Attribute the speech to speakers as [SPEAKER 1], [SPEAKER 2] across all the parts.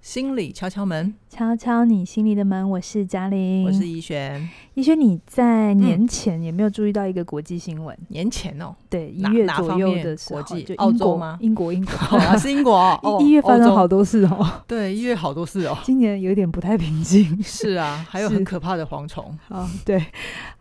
[SPEAKER 1] 心理敲敲门，
[SPEAKER 2] 敲敲你心里的门，我是嘉玲，
[SPEAKER 1] 我是怡璇。
[SPEAKER 2] 一轩，你在年前有没有注意到一个国际新闻？
[SPEAKER 1] 年前 哦，
[SPEAKER 2] 对，一
[SPEAKER 1] 哪
[SPEAKER 2] 月
[SPEAKER 1] 哪
[SPEAKER 2] 左
[SPEAKER 1] 方
[SPEAKER 2] 右
[SPEAKER 1] 面
[SPEAKER 2] 的时
[SPEAKER 1] 国
[SPEAKER 2] 候，
[SPEAKER 1] 际
[SPEAKER 2] 就
[SPEAKER 1] 澳
[SPEAKER 2] 英
[SPEAKER 1] 洲
[SPEAKER 2] 国
[SPEAKER 1] 吗
[SPEAKER 2] 英国，英国，，
[SPEAKER 1] 好啊，是英国 哦
[SPEAKER 2] 一一月
[SPEAKER 1] 欧
[SPEAKER 2] 发生
[SPEAKER 1] 洲
[SPEAKER 2] 好多事哦，。
[SPEAKER 1] 对，一月好多事哦
[SPEAKER 2] 今年有点不太平静。
[SPEAKER 1] 是啊，还有
[SPEAKER 2] 是
[SPEAKER 1] 很可怕的蝗虫。
[SPEAKER 2] 啊、对，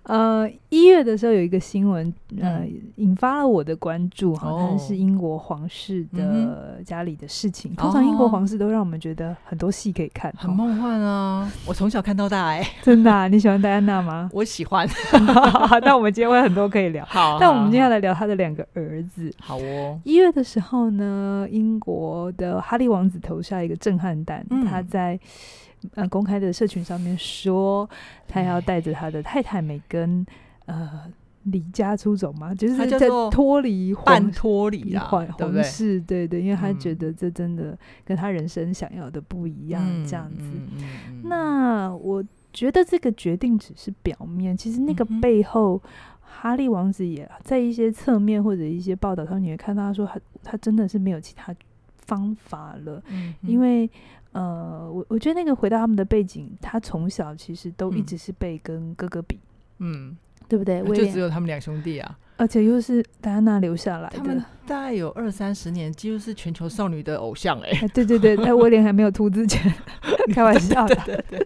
[SPEAKER 2] 呃，一月的时候有一个新闻，呃，引发了我的关注哈，
[SPEAKER 1] 嗯哦
[SPEAKER 2] 它是英国皇室
[SPEAKER 1] 嗯
[SPEAKER 2] 的家里的事情。通常英国
[SPEAKER 1] 哦
[SPEAKER 2] 皇室都让我们觉得很多戏可以看，
[SPEAKER 1] 很
[SPEAKER 2] 哦
[SPEAKER 1] 梦幻啊！我从小看到大哎、？
[SPEAKER 2] 真的、啊。你喜欢戴安娜吗
[SPEAKER 1] 我喜欢。
[SPEAKER 2] 那我们今天会很多可以聊。
[SPEAKER 1] 好
[SPEAKER 2] 但我们接
[SPEAKER 1] 来
[SPEAKER 2] 下来聊他的两个儿子。
[SPEAKER 1] 好哦，
[SPEAKER 2] 一月的时候呢，英国的哈利王子投下一个震撼弹，
[SPEAKER 1] 嗯
[SPEAKER 2] 他在呃公开的社群上面说，他要带着他的太太梅根，呃，离家出走嘛，就是
[SPEAKER 1] 他叫
[SPEAKER 2] 在
[SPEAKER 1] 做
[SPEAKER 2] 脱离皇
[SPEAKER 1] 半脱离啦
[SPEAKER 2] 皇，
[SPEAKER 1] 对不
[SPEAKER 2] 皇
[SPEAKER 1] 对？
[SPEAKER 2] 室，对对，因为他
[SPEAKER 1] 嗯
[SPEAKER 2] 觉得这真的跟他人生想要的不一样，这样子。
[SPEAKER 1] 嗯嗯嗯嗯
[SPEAKER 2] 那我觉得这个决定只是表面，其实那个
[SPEAKER 1] 嗯哼
[SPEAKER 2] 背后，哈利王子也在一些侧面或者一些报道上，你会看到他说他他真的是没有其他方法了，
[SPEAKER 1] 嗯嗯
[SPEAKER 2] 因为呃，我我觉得那个回到他们的背景，他从小其实都一
[SPEAKER 1] 嗯
[SPEAKER 2] 直是被跟哥哥比，
[SPEAKER 1] 嗯，
[SPEAKER 2] 对不对？威
[SPEAKER 1] 就只
[SPEAKER 2] 廉，
[SPEAKER 1] 有他们两兄弟啊，
[SPEAKER 2] 而且又是戴安娜留下来
[SPEAKER 1] 他们
[SPEAKER 2] 的。
[SPEAKER 1] 大概有二三十年，几乎是全球少女的偶像哎、
[SPEAKER 2] 哎，对对对，在威廉还没有秃之 前，开玩笑的。对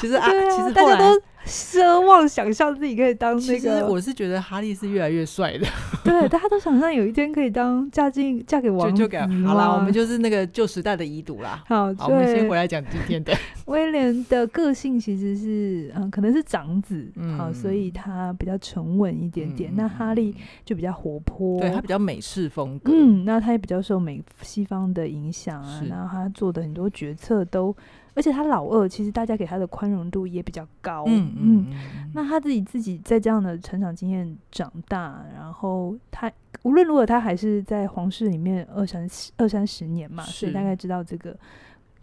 [SPEAKER 1] 其实啊，其
[SPEAKER 2] 啊，
[SPEAKER 1] 实
[SPEAKER 2] 大
[SPEAKER 1] 后
[SPEAKER 2] 家
[SPEAKER 1] 来
[SPEAKER 2] 都奢望想象自己可以当那
[SPEAKER 1] 其实
[SPEAKER 2] 个。
[SPEAKER 1] 我是觉得哈利是越来越帅的，
[SPEAKER 2] 对，大家都想象有一天可以当嫁进嫁给王
[SPEAKER 1] 就
[SPEAKER 2] 子
[SPEAKER 1] 就给好啦，我
[SPEAKER 2] 嘛
[SPEAKER 1] 们就是那个旧时代的遗毒啦。
[SPEAKER 2] 好，
[SPEAKER 1] 好，我们先
[SPEAKER 2] 对
[SPEAKER 1] 回来讲今天的，
[SPEAKER 2] 威廉的个性其实是嗯，可能是长子，好，所以
[SPEAKER 1] 嗯
[SPEAKER 2] 他比较沉稳一点点。
[SPEAKER 1] 嗯
[SPEAKER 2] 那哈利，就比较活泼，
[SPEAKER 1] 对他比较美式风格，
[SPEAKER 2] 嗯，那他也比较受美西方的影响啊
[SPEAKER 1] 是，
[SPEAKER 2] 然后他做的很多决策都，而且他老二，其实大家给他的宽容度也比较高，
[SPEAKER 1] 嗯嗯嗯，
[SPEAKER 2] 那他自己自己在这样的成长经验长大，然后他无论如何，他还是在皇室里面二三十二三十年嘛，所以
[SPEAKER 1] 是
[SPEAKER 2] 大概知道这个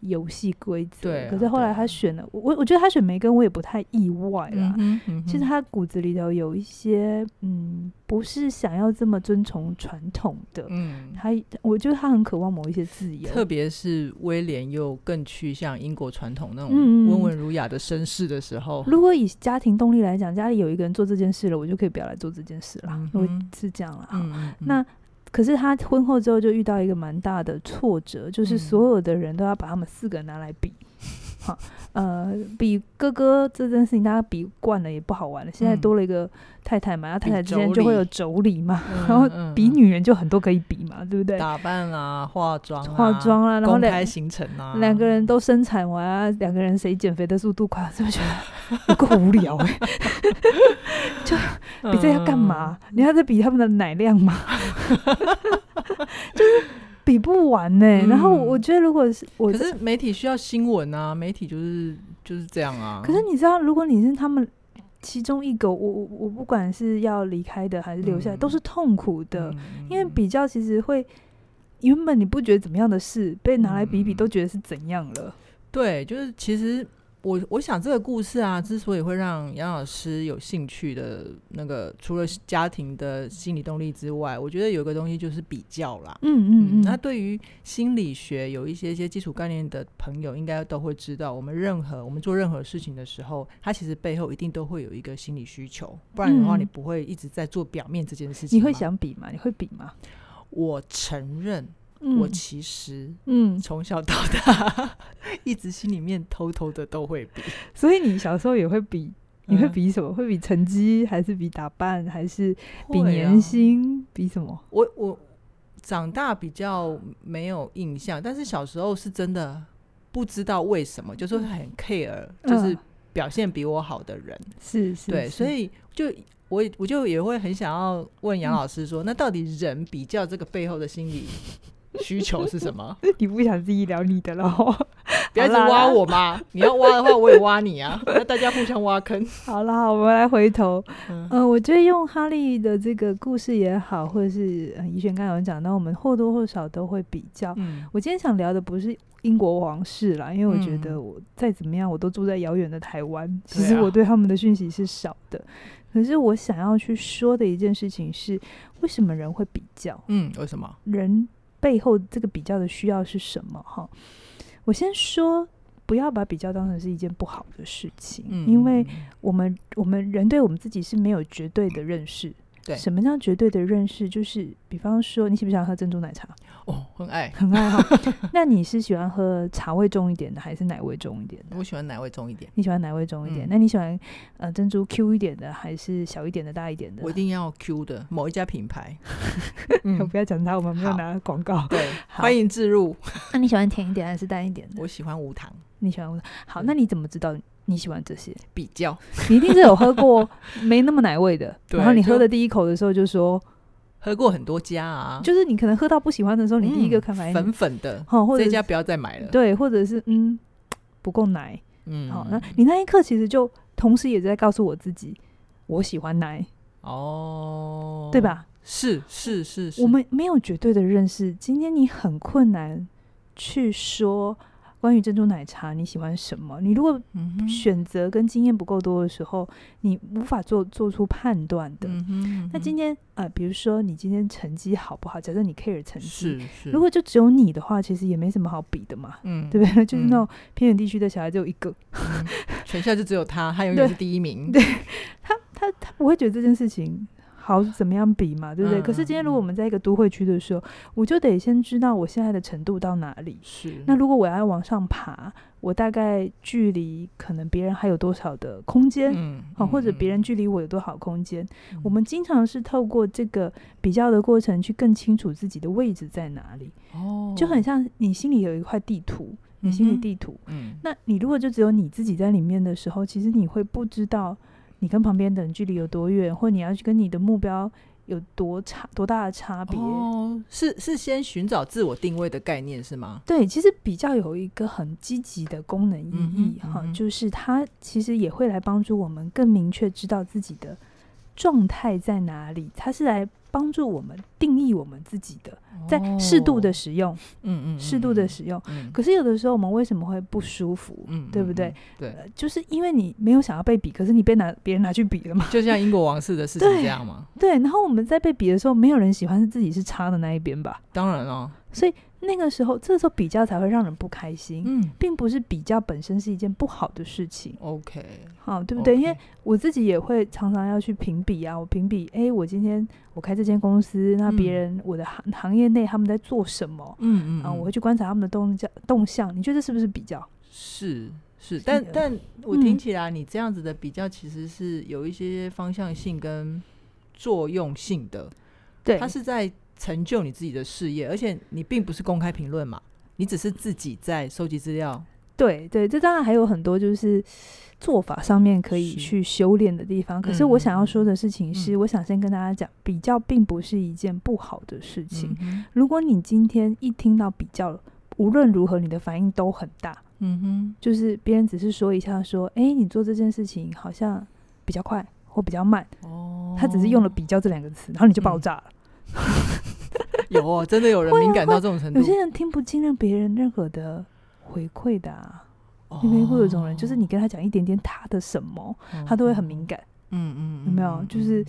[SPEAKER 2] 游戏规则。
[SPEAKER 1] 对啊
[SPEAKER 2] 可是后
[SPEAKER 1] 对
[SPEAKER 2] 来
[SPEAKER 1] 啊
[SPEAKER 2] 他选了我，我我觉得他选梅根，我也不太意外啦。
[SPEAKER 1] 嗯哼
[SPEAKER 2] 其实，他骨子里头有一些，嗯，不是想要这么遵从传统的。
[SPEAKER 1] 嗯哼
[SPEAKER 2] 他，我觉得他很渴望某一些自由
[SPEAKER 1] 嗯，。特别是威廉又更趋向英国传统那种
[SPEAKER 2] 嗯嗯嗯
[SPEAKER 1] 温文儒雅的绅士的时候，
[SPEAKER 2] 如果以家庭动力来讲，家里有一个人做这件事了，我就可以不要来做这件事啦。
[SPEAKER 1] 嗯
[SPEAKER 2] 如果
[SPEAKER 1] 哼
[SPEAKER 2] 是这样啦，哈
[SPEAKER 1] 嗯嗯，嗯
[SPEAKER 2] 那可是他婚后之后就遇到一个蛮大的挫折，就是
[SPEAKER 1] 嗯
[SPEAKER 2] 所有的人都要把他们四个拿来 比。好，呃，比哥哥这件事情，大家比惯了也不好玩了。现在
[SPEAKER 1] 嗯
[SPEAKER 2] 多了一个太太嘛，然后太
[SPEAKER 1] 比
[SPEAKER 2] 太之
[SPEAKER 1] 妯
[SPEAKER 2] 间就会
[SPEAKER 1] 娌
[SPEAKER 2] 有妯娌嘛，
[SPEAKER 1] 嗯
[SPEAKER 2] 然后
[SPEAKER 1] 嗯
[SPEAKER 2] 比
[SPEAKER 1] 嗯
[SPEAKER 2] 女人就很多可以比嘛，对不对？
[SPEAKER 1] 打扮啊、化妆、
[SPEAKER 2] 化妆啊啦、然后
[SPEAKER 1] 公
[SPEAKER 2] 两
[SPEAKER 1] 开行程啊，
[SPEAKER 2] 两个人都生产完啊，两个人谁减肥的速度快，是不是觉得有够无聊哎、
[SPEAKER 1] 嗯
[SPEAKER 2] 比这要干嘛？你还在比他们的奶量吗？ 就是比不完呢、
[SPEAKER 1] 嗯
[SPEAKER 2] 然后我觉得，如果是我
[SPEAKER 1] 嗯？可是媒体需要新闻啊，媒体就是就是这样啊。
[SPEAKER 2] 可是你知道，如果你是他们其中一个，我我我不管是要离开的还是留下来，
[SPEAKER 1] 嗯
[SPEAKER 2] 都是痛苦的，
[SPEAKER 1] 嗯
[SPEAKER 2] 因为比较其实会。原本你不觉得怎么样的事，被拿来比比
[SPEAKER 1] 嗯
[SPEAKER 2] 都觉得是怎样了。
[SPEAKER 1] 对，就是其实我我想这个故事啊，之所以会让杨老师有兴趣的那个，除了家庭的心理动力之外，我觉得有一个东西就是比较啦。
[SPEAKER 2] 嗯嗯嗯，
[SPEAKER 1] 那对于心理学有一些一些基础概念的朋友，应该都会知道，我们任何我们做任何事情的时候，它其实背后一定都会有一个心理需求，不然的话，
[SPEAKER 2] 嗯
[SPEAKER 1] 你不会一直在做表面这件事情。
[SPEAKER 2] 你会，想比吗？你会比吗？
[SPEAKER 1] 我承认，
[SPEAKER 2] 嗯
[SPEAKER 1] 我其实
[SPEAKER 2] 嗯，
[SPEAKER 1] 从小到大 一直心里面偷偷的都会比，
[SPEAKER 2] 所以你小时候也会比，你会
[SPEAKER 1] 嗯
[SPEAKER 2] 比什么？会比成绩，还是比打扮，还是比
[SPEAKER 1] 会啊
[SPEAKER 2] 年薪，比什么？
[SPEAKER 1] 我我长大比较没有印象，但是小时候是真的不知道为什么，就是很 care，、就是
[SPEAKER 2] 嗯
[SPEAKER 1] 表现比我好的人。
[SPEAKER 2] 是是，
[SPEAKER 1] 对，
[SPEAKER 2] 是
[SPEAKER 1] 所以就我也我就也会很想要问杨
[SPEAKER 2] 嗯
[SPEAKER 1] 老师说，那到底人比较这个背后的心理需求是什 么？
[SPEAKER 2] 你不想自己聊你的了哦。
[SPEAKER 1] 不要一直
[SPEAKER 2] 好啦
[SPEAKER 1] 挖我嘛！你要挖的话，我也挖你啊！那大家互相挖坑。
[SPEAKER 2] 好啦，我们来回头。
[SPEAKER 1] 嗯
[SPEAKER 2] 呃，我觉得用哈利的这个故事也好，或者是呃怡璇刚才有讲到，我们或多或少都会比较。
[SPEAKER 1] 嗯
[SPEAKER 2] 我今天想聊的不是英国王室啦，因为我觉得我再怎么样，我都住在遥远的台湾，
[SPEAKER 1] 嗯
[SPEAKER 2] 其
[SPEAKER 1] 对
[SPEAKER 2] 实
[SPEAKER 1] 啊
[SPEAKER 2] 我对他们的讯息是少的。可是我想要去说的一件事情是，为什么人会比较？
[SPEAKER 1] 嗯，为什么？
[SPEAKER 2] 人背后这个比较的需要是什么？哈，我先说，不要把比较当成是一件不好的事情，
[SPEAKER 1] 嗯，
[SPEAKER 2] 因为
[SPEAKER 1] 嗯
[SPEAKER 2] 我们我们人对我们自己是没有绝对的认识。
[SPEAKER 1] 对
[SPEAKER 2] 什么叫绝对的认识？就是比方说，你喜不喜欢喝珍珠奶茶？
[SPEAKER 1] 哦，很爱，
[SPEAKER 2] 很爱哈。 那你是喜欢喝茶味重一点的，还是奶味重一点的？
[SPEAKER 1] 我喜欢奶味重一点，
[SPEAKER 2] 你喜欢奶味重一点？
[SPEAKER 1] 嗯
[SPEAKER 2] 那你喜欢呃珍珠 Q 一点的，还是小一点的、大一点的？
[SPEAKER 1] 我一定要 Q 的某一家品牌。嗯，
[SPEAKER 2] 不要讲它，我们没有
[SPEAKER 1] 好
[SPEAKER 2] 拿广 告。
[SPEAKER 1] 对，
[SPEAKER 2] 好
[SPEAKER 1] 欢迎置入。
[SPEAKER 2] 那你喜欢甜一点还是淡一点的？
[SPEAKER 1] 我喜欢无糖
[SPEAKER 2] 你喜欢好，
[SPEAKER 1] 对
[SPEAKER 2] 那你怎么知道你喜欢这些？
[SPEAKER 1] 比较，
[SPEAKER 2] 你一定是有喝过 没那么奶味的，
[SPEAKER 1] 对
[SPEAKER 2] 然后你
[SPEAKER 1] 就
[SPEAKER 2] 喝的第一口的时候就说，
[SPEAKER 1] 喝过很多家啊，
[SPEAKER 2] 就是你可能喝到不喜欢的哦时候，你第一个
[SPEAKER 1] 嗯
[SPEAKER 2] 看法应该
[SPEAKER 1] 粉粉的，
[SPEAKER 2] 哦，或者
[SPEAKER 1] 这家
[SPEAKER 2] 是
[SPEAKER 1] 不要再买了。
[SPEAKER 2] 对，或者是嗯不够奶，
[SPEAKER 1] 嗯，
[SPEAKER 2] 好，那你那一刻其实就同时也在告诉我自己，我喜欢奶，
[SPEAKER 1] 哦，
[SPEAKER 2] 对？吧？
[SPEAKER 1] 是是是是，
[SPEAKER 2] 我们没有绝对的认识，今天你很困难去说关于珍珠奶茶你喜欢什么。你如果
[SPEAKER 1] 嗯哼
[SPEAKER 2] 选择跟经验不够多的时候，你无法做做出判断的。
[SPEAKER 1] 嗯哼，
[SPEAKER 2] 那今
[SPEAKER 1] 天
[SPEAKER 2] 天呃，比如说你今天成绩好不好？假设你 care 成绩，
[SPEAKER 1] 是是，
[SPEAKER 2] 如果就只有你的话，其实也没什么好比的嘛，
[SPEAKER 1] 嗯，
[SPEAKER 2] 对不对？ 就是
[SPEAKER 1] 嗯
[SPEAKER 2] 那种偏远地区的小孩只有一个，
[SPEAKER 1] 嗯全校就只有他，他永远
[SPEAKER 2] 对
[SPEAKER 1] 是第一名。
[SPEAKER 2] 对他他他不会觉得这件事情好怎么样比嘛，对不对？
[SPEAKER 1] 嗯
[SPEAKER 2] 可是今天如果
[SPEAKER 1] 嗯
[SPEAKER 2] 我们在一个都会区的时候，我就得先知道我现在的程度到哪里。
[SPEAKER 1] 是
[SPEAKER 2] 那如果我要往上爬，我大概距离可能别人还有多少的空间？
[SPEAKER 1] 嗯
[SPEAKER 2] 好，或者别人
[SPEAKER 1] 嗯
[SPEAKER 2] 距离我有多少空间？
[SPEAKER 1] 嗯
[SPEAKER 2] 我们经常是透过这个比较的过程，去更清楚自己的位置在哪里，
[SPEAKER 1] 哦，
[SPEAKER 2] 就很像你心里有一块地图，你心
[SPEAKER 1] 嗯
[SPEAKER 2] 里
[SPEAKER 1] 哼
[SPEAKER 2] 地图，
[SPEAKER 1] 嗯
[SPEAKER 2] 那你如果就只有你自己在里面的时候，其实你会不知道你跟旁边的人距离有多远，或你要去跟你的目标有多差多大的差别。
[SPEAKER 1] 哦，是是先寻找自我定位的概念是吗？
[SPEAKER 2] 对，其实比较有一个很积极的功能意义
[SPEAKER 1] 嗯哼
[SPEAKER 2] 哈、
[SPEAKER 1] 嗯哼
[SPEAKER 2] 就是它其实也会来帮助我们更明确知道自己的状态在哪里，它是来帮助我们定义我们自己的，在适度的
[SPEAKER 1] 哦
[SPEAKER 2] 使用，
[SPEAKER 1] 嗯嗯，
[SPEAKER 2] 适度的
[SPEAKER 1] 嗯，
[SPEAKER 2] 使用。
[SPEAKER 1] 嗯
[SPEAKER 2] 可是有的时候我们为什么会不舒服？
[SPEAKER 1] 嗯，
[SPEAKER 2] 对不
[SPEAKER 1] 嗯
[SPEAKER 2] 对？
[SPEAKER 1] 嗯对，
[SPEAKER 2] 呃，就是因为你没有想要被比，可是你被拿别人拿去比了嘛。
[SPEAKER 1] 就像英国王室的事情
[SPEAKER 2] 对
[SPEAKER 1] 这样吗？
[SPEAKER 2] 对，然后我们在被比的时候，没有人喜欢是自己是差的那一边吧？
[SPEAKER 1] 当然了，
[SPEAKER 2] 所以那个时候，这时候比较才会让人不开心，
[SPEAKER 1] 嗯
[SPEAKER 2] 并不是比较本身是一件不好的事情，
[SPEAKER 1] ，OK，
[SPEAKER 2] 好、对不对
[SPEAKER 1] OK
[SPEAKER 2] 因为我自己也会常常要去评比啊，我评比，哎，我今天我开这间公司，那别
[SPEAKER 1] 嗯
[SPEAKER 2] 人、我的行行业内他们在做什么？
[SPEAKER 1] 嗯嗯
[SPEAKER 2] 啊，我
[SPEAKER 1] 嗯
[SPEAKER 2] 会去观察他们的动向动向，你觉得是不是比较？
[SPEAKER 1] 是是，
[SPEAKER 2] 是
[SPEAKER 1] 但
[SPEAKER 2] 的
[SPEAKER 1] 但我
[SPEAKER 2] 嗯
[SPEAKER 1] 听起来你这样子的比较其实是有一些方向性跟作用性的，
[SPEAKER 2] 对，
[SPEAKER 1] 它是在成就你自己的事业，而且你并不是公开评论嘛，你只是自己在收集资料。
[SPEAKER 2] 对对，这当然还有很多就是做法上面可以
[SPEAKER 1] 是
[SPEAKER 2] 去修炼的地方。可是
[SPEAKER 1] 嗯
[SPEAKER 2] 我
[SPEAKER 1] 嗯
[SPEAKER 2] 想要说的事情是，
[SPEAKER 1] 嗯
[SPEAKER 2] 我想先跟大家讲，比较并不是一件不好的事情。
[SPEAKER 1] 嗯
[SPEAKER 2] 如果你今天一听到比较，无论如何你的反应都很大，
[SPEAKER 1] 哼，嗯哼，
[SPEAKER 2] 就是别人只是说一下说，哎，你做这件事情好像比较快或比较慢，
[SPEAKER 1] 哦，
[SPEAKER 2] 他只是用了“比较”这两个词，然后你就爆
[SPEAKER 1] 嗯
[SPEAKER 2] 炸了。
[SPEAKER 1] 有哦，真的有人
[SPEAKER 2] 会啊
[SPEAKER 1] 敏感
[SPEAKER 2] 会
[SPEAKER 1] 到这种程度
[SPEAKER 2] 有，些人听不进让别人任何的回馈的啊，
[SPEAKER 1] 有
[SPEAKER 2] 因为会有一种人，
[SPEAKER 1] 哦
[SPEAKER 2] 就是你跟他讲一点点他的什么，他都会很敏感。
[SPEAKER 1] 嗯嗯，
[SPEAKER 2] 有没有？
[SPEAKER 1] 嗯
[SPEAKER 2] 就是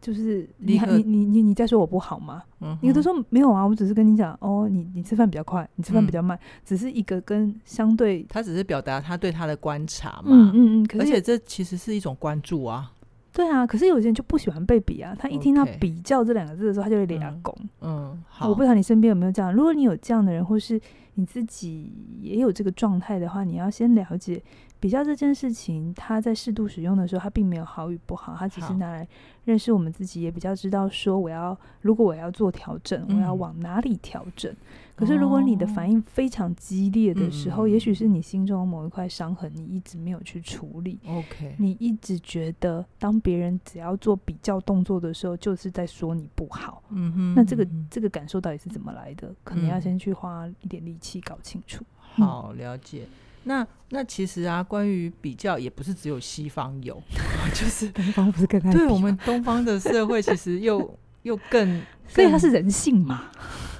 [SPEAKER 2] 就是
[SPEAKER 1] 立
[SPEAKER 2] 你还
[SPEAKER 1] 刻
[SPEAKER 2] 你你你你在说我不好吗？
[SPEAKER 1] 嗯
[SPEAKER 2] 你有的
[SPEAKER 1] 哼
[SPEAKER 2] 时候没有啊，我只是跟你讲哦，你你吃饭比较快，你吃饭
[SPEAKER 1] 嗯
[SPEAKER 2] 比较慢，只是一个跟相对
[SPEAKER 1] 他只是表达他对他的观察
[SPEAKER 2] 嗯
[SPEAKER 1] 嘛，
[SPEAKER 2] 嗯嗯，可
[SPEAKER 1] 而
[SPEAKER 2] 是
[SPEAKER 1] 且这其实是一种关注啊，
[SPEAKER 2] 对啊，可是有些人就不喜欢被比啊，他一听到
[SPEAKER 1] OK
[SPEAKER 2] 比较这两个字的时候，他就会脸
[SPEAKER 1] 嗯
[SPEAKER 2] 拱。
[SPEAKER 1] 嗯，好，
[SPEAKER 2] 我不知道你身边有没有这样，如果你有这样的人，或是你自己也有这个状态的话，你要先了解比较这件事情，它在适度使用的时候，它并没有好与不好，它只是
[SPEAKER 1] 好
[SPEAKER 2] 拿来认识我们自己，也比较知道说我要如果我要做调整，我要
[SPEAKER 1] 嗯哦
[SPEAKER 2] 往哪里调整。可是如果你的反应非常激烈的时候，
[SPEAKER 1] 嗯嗯嗯
[SPEAKER 2] 也许是你心中某一块伤痕，你一直没有去处理。
[SPEAKER 1] OK，
[SPEAKER 2] 你一直觉得，当别人只要做比较动作的时候，就是在说你不好。
[SPEAKER 1] 嗯哼，
[SPEAKER 2] 那这个
[SPEAKER 1] 嗯
[SPEAKER 2] 这个感受到底是怎么来的？可能要
[SPEAKER 1] 嗯
[SPEAKER 2] 先去花一点力气搞清楚。
[SPEAKER 1] 哼好了解。那那其实啊，关于比较也不是只有西方有， 就是
[SPEAKER 2] 东方不是跟 他
[SPEAKER 1] 对我，们东方的社会其实又又更
[SPEAKER 2] 所以
[SPEAKER 1] 更
[SPEAKER 2] 它是人性嘛？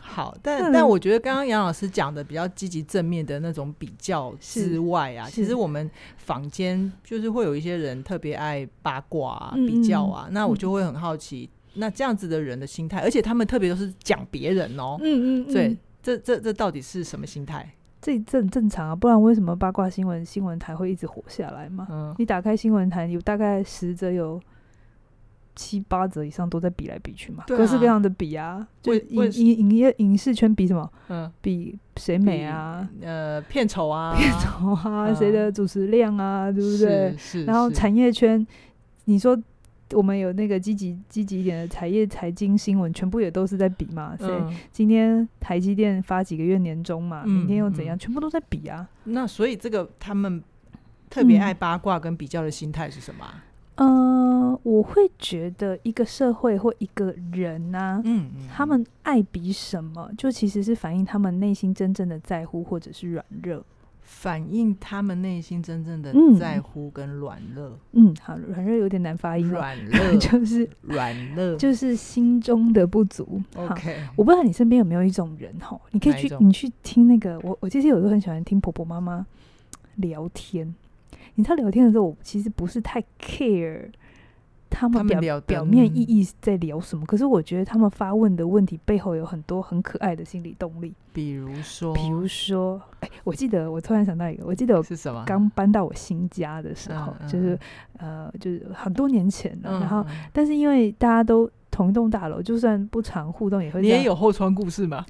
[SPEAKER 1] 好，但
[SPEAKER 2] 嗯
[SPEAKER 1] 但我觉得刚刚杨老师讲的比较积极正面的那种比较之外啊，
[SPEAKER 2] 是
[SPEAKER 1] 其
[SPEAKER 2] 是
[SPEAKER 1] 实我们坊间就是会有一些人特别爱八卦啊、
[SPEAKER 2] 嗯
[SPEAKER 1] 比较啊，那我就会很好奇，那这样子的人的心态，而且他们特别都是讲别人哦，
[SPEAKER 2] 嗯嗯
[SPEAKER 1] 对，这这这到底是什么心态？
[SPEAKER 2] 这这很正常啊，不然为什么八卦新闻新闻台会一直活下来嘛？
[SPEAKER 1] 嗯，
[SPEAKER 2] 你打开新闻台，有大概十则有七八则以上都在比来比去嘛，
[SPEAKER 1] 对啊
[SPEAKER 2] 各式各样的比啊，就
[SPEAKER 1] 为
[SPEAKER 2] 影
[SPEAKER 1] 为
[SPEAKER 2] 影影业影视圈比什么？
[SPEAKER 1] 嗯，
[SPEAKER 2] 比谁美啊，
[SPEAKER 1] 呃，片酬啊，
[SPEAKER 2] 片酬啊，谁的主持量啊，对不对？
[SPEAKER 1] 是？是，
[SPEAKER 2] 然后
[SPEAKER 1] 是
[SPEAKER 2] 产业圈，你说我们有那个积极积极一点的产业财经新闻，全部也都是在比嘛，谁、
[SPEAKER 1] 嗯，
[SPEAKER 2] 今天台积电发几个月年终嘛，
[SPEAKER 1] 嗯
[SPEAKER 2] 明天又怎样，
[SPEAKER 1] 嗯
[SPEAKER 2] 全部都在比啊。
[SPEAKER 1] 那所以这个他们特别
[SPEAKER 2] 嗯
[SPEAKER 1] 爱八卦跟比较的心态是什么啊？
[SPEAKER 2] 呃，我会觉得一个社会或一个人呐、
[SPEAKER 1] 嗯，嗯
[SPEAKER 2] 他们爱比什么，就其实是反映他们内心真正的在乎或者是软弱。
[SPEAKER 1] 反映他们内心真正的
[SPEAKER 2] 嗯
[SPEAKER 1] 在乎跟软弱，
[SPEAKER 2] 嗯，好，软弱有点难发音哦，
[SPEAKER 1] 软弱
[SPEAKER 2] 就是
[SPEAKER 1] 软弱。
[SPEAKER 2] 就是心中的不足。好
[SPEAKER 1] OK，
[SPEAKER 2] 我不知道你身边有没有一种人吼，你可以
[SPEAKER 1] 哪一
[SPEAKER 2] 去
[SPEAKER 1] 种
[SPEAKER 2] 你去听那个我我其实有时候很喜欢听婆婆妈妈聊天，你知道聊天的时候，我其实不是太 care 他
[SPEAKER 1] 他
[SPEAKER 2] 们
[SPEAKER 1] 们
[SPEAKER 2] 表
[SPEAKER 1] 聊的
[SPEAKER 2] 表面意
[SPEAKER 1] 嗯
[SPEAKER 2] 义在聊什么，可是我觉得他们发问的问题背后有很多很可爱的心理动力，
[SPEAKER 1] 比如说，
[SPEAKER 2] 比如说，哎、我记得我突然想到一个，我记得我
[SPEAKER 1] 是哦什么？啊
[SPEAKER 2] 刚搬到我新家的时候，
[SPEAKER 1] 嗯
[SPEAKER 2] 就是呃就是很多年前了，
[SPEAKER 1] 嗯
[SPEAKER 2] 啊然后
[SPEAKER 1] 嗯
[SPEAKER 2] 但是因为大家都。同一栋大楼，就算不常互动，也会
[SPEAKER 1] 你
[SPEAKER 2] 这样
[SPEAKER 1] 也有后窗故事 吗？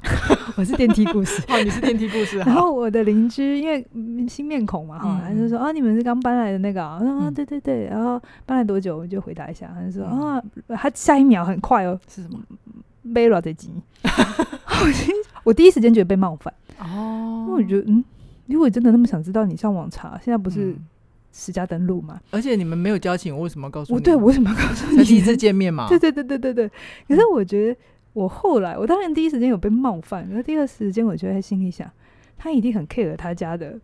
[SPEAKER 2] 我是电梯 故事。
[SPEAKER 1] 哦，你是电梯故事，
[SPEAKER 2] 然
[SPEAKER 1] 好
[SPEAKER 2] 后我的邻居因为嗯新面孔嘛哈，
[SPEAKER 1] 嗯
[SPEAKER 2] 他就说啊你们是刚搬来的那个啊，我说啊
[SPEAKER 1] 嗯
[SPEAKER 2] 对对对，然后搬来多久我就回答一下，他就说
[SPEAKER 1] 嗯
[SPEAKER 2] 啊他下一秒很快哦，
[SPEAKER 1] 是什么？
[SPEAKER 2] 背了这 集，我心我第一时间觉得被冒犯，
[SPEAKER 1] 哦
[SPEAKER 2] 因为我觉得嗯，如果真的那么想知道，你上网查，现在不
[SPEAKER 1] 不
[SPEAKER 2] 是十家登录嘛，
[SPEAKER 1] 嗯
[SPEAKER 2] 哦
[SPEAKER 1] 而且你们没有交情，我为什么要告诉你？啊嗯
[SPEAKER 2] 我对我为什么要 告诉
[SPEAKER 1] 才
[SPEAKER 2] 你？
[SPEAKER 1] 第一次见面嘛。
[SPEAKER 2] 对对对对对对，可是我觉得我后来，我当然第一时间有被冒犯，可是第二时间我就在心里想，他一定很 care 他家的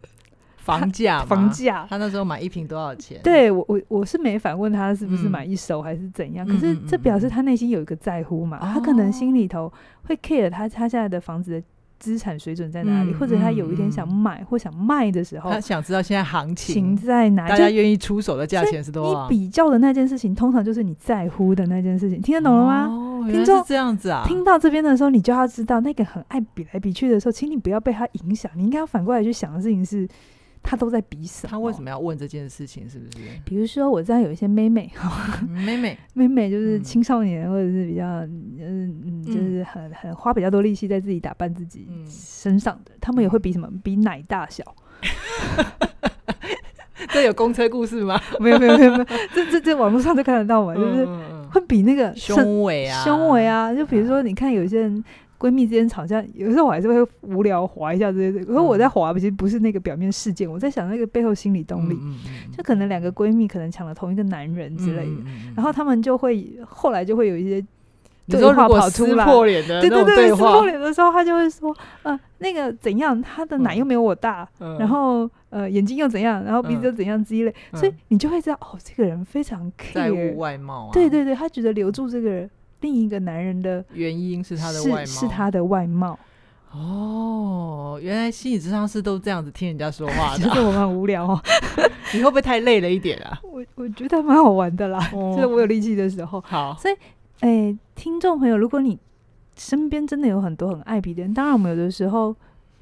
[SPEAKER 1] 房价嘛，
[SPEAKER 2] 房价。
[SPEAKER 1] 他那时候买一瓶多少钱？，
[SPEAKER 2] 对我我我是没反问他是不是
[SPEAKER 1] 嗯
[SPEAKER 2] 买一手还是怎样，
[SPEAKER 1] 嗯
[SPEAKER 2] 可是
[SPEAKER 1] 嗯
[SPEAKER 2] 这
[SPEAKER 1] 嗯
[SPEAKER 2] 表示
[SPEAKER 1] 嗯
[SPEAKER 2] 他内心有一个在乎嘛，他可能心
[SPEAKER 1] 哦
[SPEAKER 2] 里头会 care 他他现在的房子的资产水准在哪里，
[SPEAKER 1] 嗯
[SPEAKER 2] 或者他
[SPEAKER 1] 嗯
[SPEAKER 2] 有一点想买或想卖的时候，
[SPEAKER 1] 他想知道现在行
[SPEAKER 2] 哦情
[SPEAKER 1] 情，
[SPEAKER 2] 在哪，
[SPEAKER 1] 大
[SPEAKER 2] 就
[SPEAKER 1] 家啊愿意出手的价钱是多
[SPEAKER 2] 你
[SPEAKER 1] 少？
[SPEAKER 2] 比较的那件事情，通常就是你在乎的那件事情，听得懂了吗？
[SPEAKER 1] 哦，
[SPEAKER 2] 听
[SPEAKER 1] 原来
[SPEAKER 2] 众
[SPEAKER 1] 是这样子啊，
[SPEAKER 2] 听到这边的时候，你就要知道，那个很爱比来比去的时候，请你不要被他影响，你应该要反过来去想的事情是，他都在比什么？
[SPEAKER 1] 他为什？么要问这件事情？是不是？
[SPEAKER 2] 比如说，我知道有一些妹妹，
[SPEAKER 1] 妹妹，
[SPEAKER 2] 妹妹就是
[SPEAKER 1] 嗯
[SPEAKER 2] 青少年，或者是比较，嗯嗯，就是很很花比较多力气在自己打扮自己
[SPEAKER 1] 嗯
[SPEAKER 2] 身上的，他们也会比什么？比奶大小？
[SPEAKER 1] 这有公车故事吗？
[SPEAKER 2] 没有没有没有没有，这这这网络上都看得到嘛， 就是
[SPEAKER 1] 嗯嗯嗯
[SPEAKER 2] 会比那个身
[SPEAKER 1] 胸围啊，嗯
[SPEAKER 2] 胸围，啊，就比如说你看有些人。闺蜜之间吵架，有时候我还是会无聊划一下这些，可是
[SPEAKER 1] 嗯
[SPEAKER 2] 我在划，其实不是那个表面事件，我在想那个背后心理动力，
[SPEAKER 1] 嗯嗯
[SPEAKER 2] 就可能两个闺蜜可能抢了同一个男人之类的，
[SPEAKER 1] 嗯嗯嗯
[SPEAKER 2] 然后她们就会后来就会有一些
[SPEAKER 1] 你说如
[SPEAKER 2] 对话
[SPEAKER 1] 果
[SPEAKER 2] 跑出
[SPEAKER 1] 撕
[SPEAKER 2] 来
[SPEAKER 1] 破脸的
[SPEAKER 2] 对
[SPEAKER 1] 那
[SPEAKER 2] 对
[SPEAKER 1] 种
[SPEAKER 2] 对，撕
[SPEAKER 1] 话
[SPEAKER 2] 破，脸的时候，她就会说，呃，那个怎样，她的奶又没有我大，
[SPEAKER 1] 嗯
[SPEAKER 2] 然后呃眼睛又怎样，然后鼻子
[SPEAKER 1] 嗯
[SPEAKER 2] 又怎样之类，
[SPEAKER 1] 嗯
[SPEAKER 2] 所以你就会知道哦，这个人非常 care，
[SPEAKER 1] 在乎外貌啊，
[SPEAKER 2] 对，对对，她觉得留住这个另一个男人的
[SPEAKER 1] 原因是他的外貌，
[SPEAKER 2] 是是他的 外貌，
[SPEAKER 1] 哦，原来心理咨商师都这样子听人家说话
[SPEAKER 2] 其
[SPEAKER 1] 的，
[SPEAKER 2] 实我们很无聊哦。
[SPEAKER 1] 你会不会太累了一点 啊？
[SPEAKER 2] 我我觉得蛮好玩的啦，
[SPEAKER 1] 哦
[SPEAKER 2] 就是我有力气的时候。
[SPEAKER 1] 好，
[SPEAKER 2] 哎、听众朋友，如果你身边真的有很多很爱比的人，当然我们有的时候